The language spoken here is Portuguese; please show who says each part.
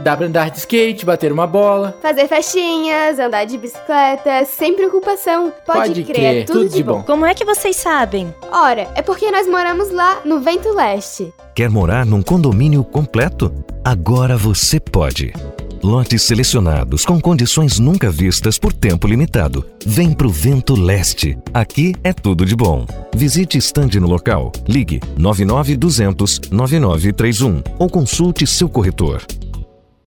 Speaker 1: Dá pra andar de skate, bater uma bola.
Speaker 2: Fazer festinhas, andar de bicicleta, sem preocupação. Pode,
Speaker 1: Pode
Speaker 2: crer,
Speaker 1: crer,
Speaker 2: é tudo, de bom.
Speaker 3: Como é que vocês sabem?
Speaker 2: Ora, é porque nós moramos lá no Vento Leste.
Speaker 4: Quer morar num condomínio completo? Agora você pode. Lotes selecionados com condições nunca vistas por tempo limitado. Vem pro Vento Leste. Aqui é tudo de bom. Visite estande no local. Ligue 99200 9931 ou um consulte seu corretor.